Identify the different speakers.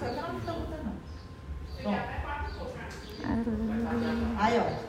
Speaker 1: 可他们都不在那。
Speaker 2: 还有。